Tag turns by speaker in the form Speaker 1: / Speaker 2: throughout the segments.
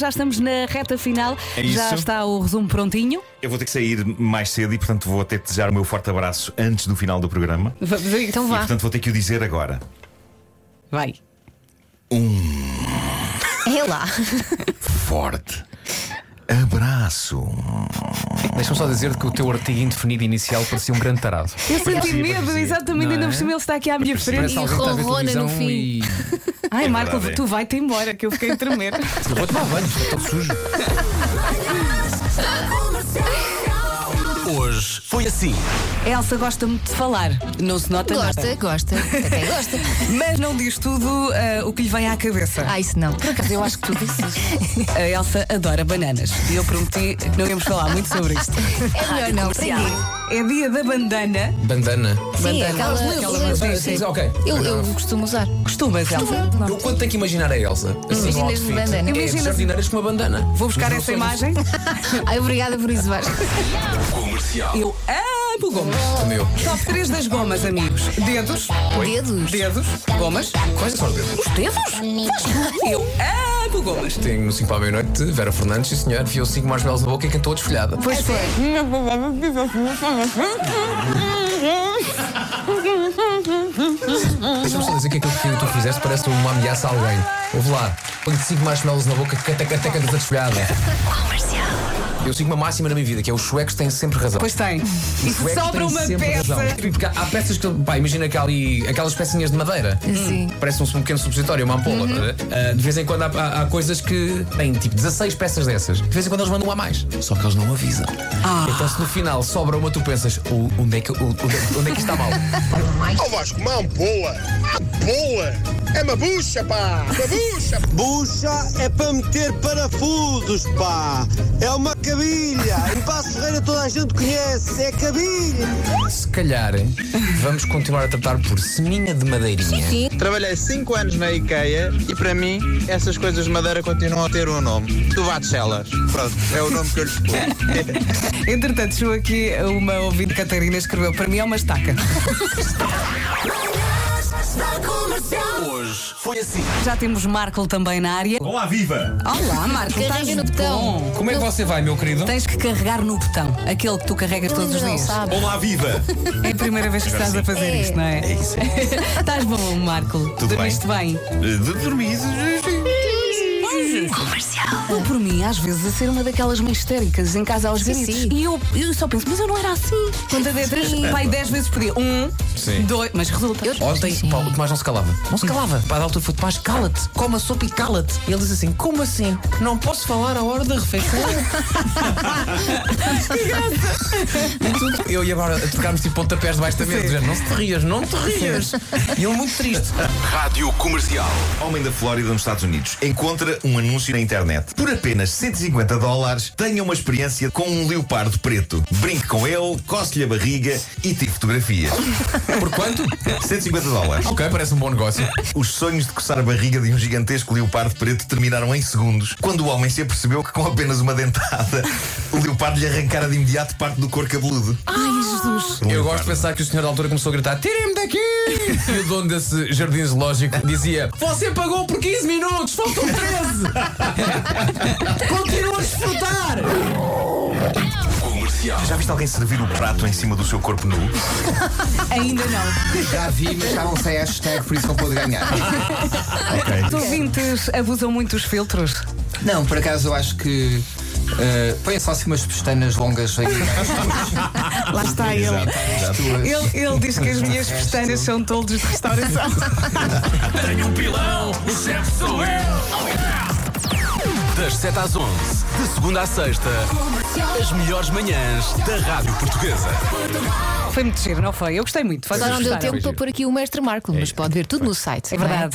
Speaker 1: Já estamos na reta final,
Speaker 2: É isso.
Speaker 1: já está o resumo prontinho.
Speaker 2: Eu vou ter que sair mais cedo e, portanto, vou ter de desejar o meu forte abraço antes do final do programa.
Speaker 1: Vamos aí, então
Speaker 2: E,
Speaker 1: vá.
Speaker 2: portanto, vou ter que o dizer agora.
Speaker 1: Vai.
Speaker 3: É lá.
Speaker 2: Forte abraço.
Speaker 4: Deixa-me só dizer que o teu artigo indefinido inicial parecia um grande tarado.
Speaker 1: Eu senti
Speaker 2: parecia,
Speaker 1: medo,
Speaker 2: parecia.
Speaker 1: exatamente,
Speaker 4: Não
Speaker 1: ainda
Speaker 4: é?
Speaker 1: por cima ele está aqui à minha frente.
Speaker 4: Parece alguém que está a ver
Speaker 3: rorrona no
Speaker 4: televisão
Speaker 3: fim.
Speaker 4: e.
Speaker 1: Ai,
Speaker 2: É
Speaker 1: Marco,
Speaker 2: verdade, é.
Speaker 1: tu vai-te embora, que eu fiquei a tremer.
Speaker 4: Eu vou tomar banho, estou todo sujo.
Speaker 5: Hoje foi assim.
Speaker 1: Elsa gosta muito de falar, não se nota nada.
Speaker 3: Gosta, gosta. Até gosta.
Speaker 1: Mas não diz tudo ah, o que lhe vem à cabeça.
Speaker 3: Ah, isso não. Por acaso eu acho que tu disse.
Speaker 1: A Elsa adora bananas e eu prometi que não íamos falar muito sobre isto.
Speaker 3: É melhor não. Sim,
Speaker 1: É dia da bandana.
Speaker 4: Bandana.
Speaker 3: sim
Speaker 1: Bandana.
Speaker 3: aquela,
Speaker 1: Aquelas
Speaker 3: aquela
Speaker 1: luzes,
Speaker 3: bandana,
Speaker 4: sim,
Speaker 3: sim.
Speaker 4: sim, ok.
Speaker 3: Eu, eu
Speaker 4: Agora-
Speaker 3: costumo usar.
Speaker 1: Costumas, Elsa?
Speaker 4: Eu quanto tenho que imaginar a Elsa? Assim,
Speaker 3: Imaginas
Speaker 4: num
Speaker 3: de
Speaker 4: outfit.
Speaker 3: bandana.
Speaker 4: É,
Speaker 1: Imagina-
Speaker 4: de jardineiras com uma bandana.
Speaker 1: Vou buscar
Speaker 4: Mas não
Speaker 1: essa
Speaker 4: somos-
Speaker 1: imagem.
Speaker 3: Ai, obrigada por isso, Vasco.
Speaker 1: Eu amo gomas.
Speaker 4: Também eu.
Speaker 1: Top 3 das gomas, amigos. Dedos,
Speaker 3: Dedos.
Speaker 1: dedos, gomas.
Speaker 4: Quais são os dedos?
Speaker 1: Eu amo gomas.
Speaker 4: Tenho no 5 para a meia-noite, Vera Fernandes, sim senhor, viu 5 mais belos na boca e cantou a desfolhada.
Speaker 3: Pois foi.
Speaker 4: Deixa-me só dizer que aquilo que tu fizeste parece uma ameaça a alguém. Ouve lá, ponho 5 marshmallows na boca que até até cantas a desfolhada. Eu sigo uma máxima na minha vida, que é os suecos têm sempre razão.
Speaker 1: Pois tem. E
Speaker 4: Os
Speaker 1: se
Speaker 4: suecos
Speaker 1: sobra
Speaker 4: têm
Speaker 1: uma
Speaker 4: sempre
Speaker 1: peça.
Speaker 4: razão. Porque há há peças É tipo que, pá, imagina que há ali aquelas pecinhas de madeira.
Speaker 1: Hum.
Speaker 3: Sim.
Speaker 4: Parece um pequeno supositório, uma
Speaker 1: Uhum.
Speaker 4: ampola. não é? Ah, de vez em quando há, há- há coisas que têm tipo 16 peças dessas. De vez em quando eles mandam um a mais. Só que eles não avisam.
Speaker 1: Ah.
Speaker 4: Então se no final sobra uma, tu pensas, "O- onde é que, o- onde é- onde é que isto está mal?
Speaker 6: Ó Vasco, uma boa! Boa! É uma bucha, pá! Uma bucha!
Speaker 7: Bucha é para meter parafusos, pá! É uma cabilha! Em Passo Ferreira toda a gente conhece, é cabilha!
Speaker 4: se calhar vamos continuar a tratar por seminha de madeirinha.
Speaker 3: Sim.
Speaker 8: Trabalhei 5 anos na IKEA e para mim essas coisas de madeira continuam a ter um nome. Tuvacelas. Pronto, é o nome que eu lhes pus.
Speaker 1: Entretanto, chegou aqui uma ouvinte Catarina escreveu: Para mim é uma estaca.
Speaker 5: Hoje foi assim.
Speaker 1: Já temos Marco também na área.
Speaker 2: Olá, viva!
Speaker 1: Olá, Marco,
Speaker 3: Carrega
Speaker 1: estás
Speaker 3: no botão.
Speaker 1: bom.
Speaker 4: Como é que você vai, meu querido?
Speaker 1: Tens que carregar no botão, aquele que tu carregas todos os
Speaker 3: Ainda não
Speaker 1: dias.
Speaker 3: sabe.
Speaker 2: Olá, viva!
Speaker 1: É a primeira vez que
Speaker 2: Agora
Speaker 1: estás a
Speaker 2: sim.
Speaker 1: fazer
Speaker 3: É.
Speaker 1: isto, não é?
Speaker 2: isso.
Speaker 1: Estás bom, Marco.
Speaker 2: Tudo
Speaker 1: Dormiste bem.
Speaker 2: De dormir.
Speaker 1: Eu, Hum. por mim, às vezes, a ser uma daquelas mães histéricas em casa aos gritos.
Speaker 3: sim.
Speaker 1: E eu, eu só penso, mas eu não era assim. Quando a dei três, pai, dez vezes por dia. Um, dois, mas resulta.
Speaker 4: Ontem pá, o Tomás não se calava. Não se calava. Para a altura foi Tomás, cala-te, come a sopa e cala-te. E ele diz assim: Como assim? Não posso falar à hora da refeição. E tudo, Eu e agora tocámos tipo pontapés debaixo da mesa, dizendo, não se te rias, não te rias. E ele muito triste.
Speaker 5: Rádio Comercial.
Speaker 2: Homem da Flórida, nos Estados Unidos, encontra um anúncio na internet. Por apenas 150 dólares, tenha uma experiência com um leopardo preto. Brinque com ele, coce-lhe a barriga e tire fotografias.
Speaker 4: Por quanto?
Speaker 2: 150 dólares.
Speaker 4: Ok, parece um bom negócio.
Speaker 2: Os sonhos de coçar a barriga de um gigantesco leopardo preto terminaram em segundos, quando o homem se apercebeu que, com apenas uma dentada, o leopardo lhe arrancara de imediato parte do cor cabeludo.
Speaker 1: Ai, Jesus.
Speaker 2: Um
Speaker 4: Ah. Eu
Speaker 2: leopardo.
Speaker 4: gosto de pensar que o senhor da altura começou a gritar: Tirem-me daqui! E o dono desse jardim zoológico dizia: Você pagou por 15 minutos, faltam 13! Continua a desfrutar!
Speaker 5: Comercial.
Speaker 2: Já viste alguém servir o prato em cima do seu corpo nu?
Speaker 1: Ainda não.
Speaker 9: Já vi, mas já não sei a hashtag, por isso não pude ganhar.
Speaker 1: Os ouvintes abusam muito dos filtros.
Speaker 9: Não, por acaso eu acho que. Uh, põe só assim umas pestanas longas aí.
Speaker 1: Lá está ele.
Speaker 9: As tuas.
Speaker 1: Ele, ele diz que as minhas pestanas são toldos de restauração.
Speaker 5: Tenho um pilão, o chefe sou eu. Das 7 às 11, de segunda à sexta, as melhores manhãs da Rádio Portuguesa.
Speaker 1: Foi muito giro, não foi? Eu gostei muito. Vocês
Speaker 3: Só não deu
Speaker 1: gostaram?
Speaker 3: tempo para pôr aqui o mestre Marco,
Speaker 4: É.
Speaker 3: mas pode ver tudo no site.
Speaker 1: É
Speaker 3: não
Speaker 1: verdade,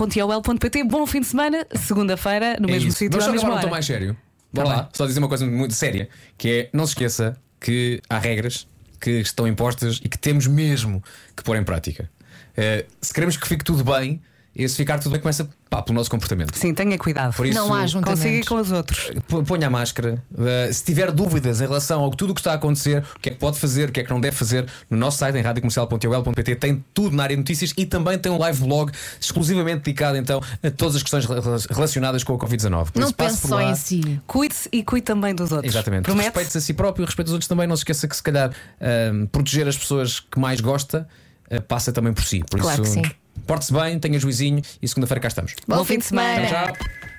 Speaker 1: radiocomercial.iol.pt. Bom fim de semana, segunda-feira, no mesmo sítio, à
Speaker 4: Vamos só acabar
Speaker 1: mesma
Speaker 4: um tom
Speaker 1: hora.
Speaker 4: mais sério. Bora
Speaker 1: Tá
Speaker 4: lá, só dizer uma coisa muito séria: que é não se esqueça que há regras que estão impostas e que temos mesmo que pôr em prática. Eh, se queremos que fique tudo bem Esse ficar tudo bem começa pá, pelo nosso comportamento.
Speaker 1: Sim, tenha cuidado.
Speaker 4: Por isso,
Speaker 3: Não há juntamentos.
Speaker 1: Consiga com os outros.
Speaker 4: P- Ponha a máscara. Uh, se tiver dúvidas em relação ao tudo o que está a acontecer, o que é que pode fazer, o que é que não deve fazer, no nosso site em radiocomercial.ol.pt tem tudo na área de notícias e também tem um live blog exclusivamente dedicado então a todas as questões rela- relacionadas com a Covid-19. Por
Speaker 3: Não
Speaker 4: isso, passe
Speaker 3: pense
Speaker 4: por
Speaker 3: só
Speaker 4: lá.
Speaker 3: em si.
Speaker 1: Cuide-se e cuide também dos outros.
Speaker 4: Exatamente.
Speaker 1: Promete?
Speaker 4: Respeite-se a si próprio, respeite os outros também. Não se esqueça que, se calhar, hum, proteger as pessoas que mais gosta eh, passa também por si. Por
Speaker 3: Claro
Speaker 4: isso,
Speaker 3: que sim.
Speaker 4: Porte-se bem, tenha juizinho e segunda-feira cá estamos.
Speaker 3: Bom, fim de semana.
Speaker 4: Tchau, tchau.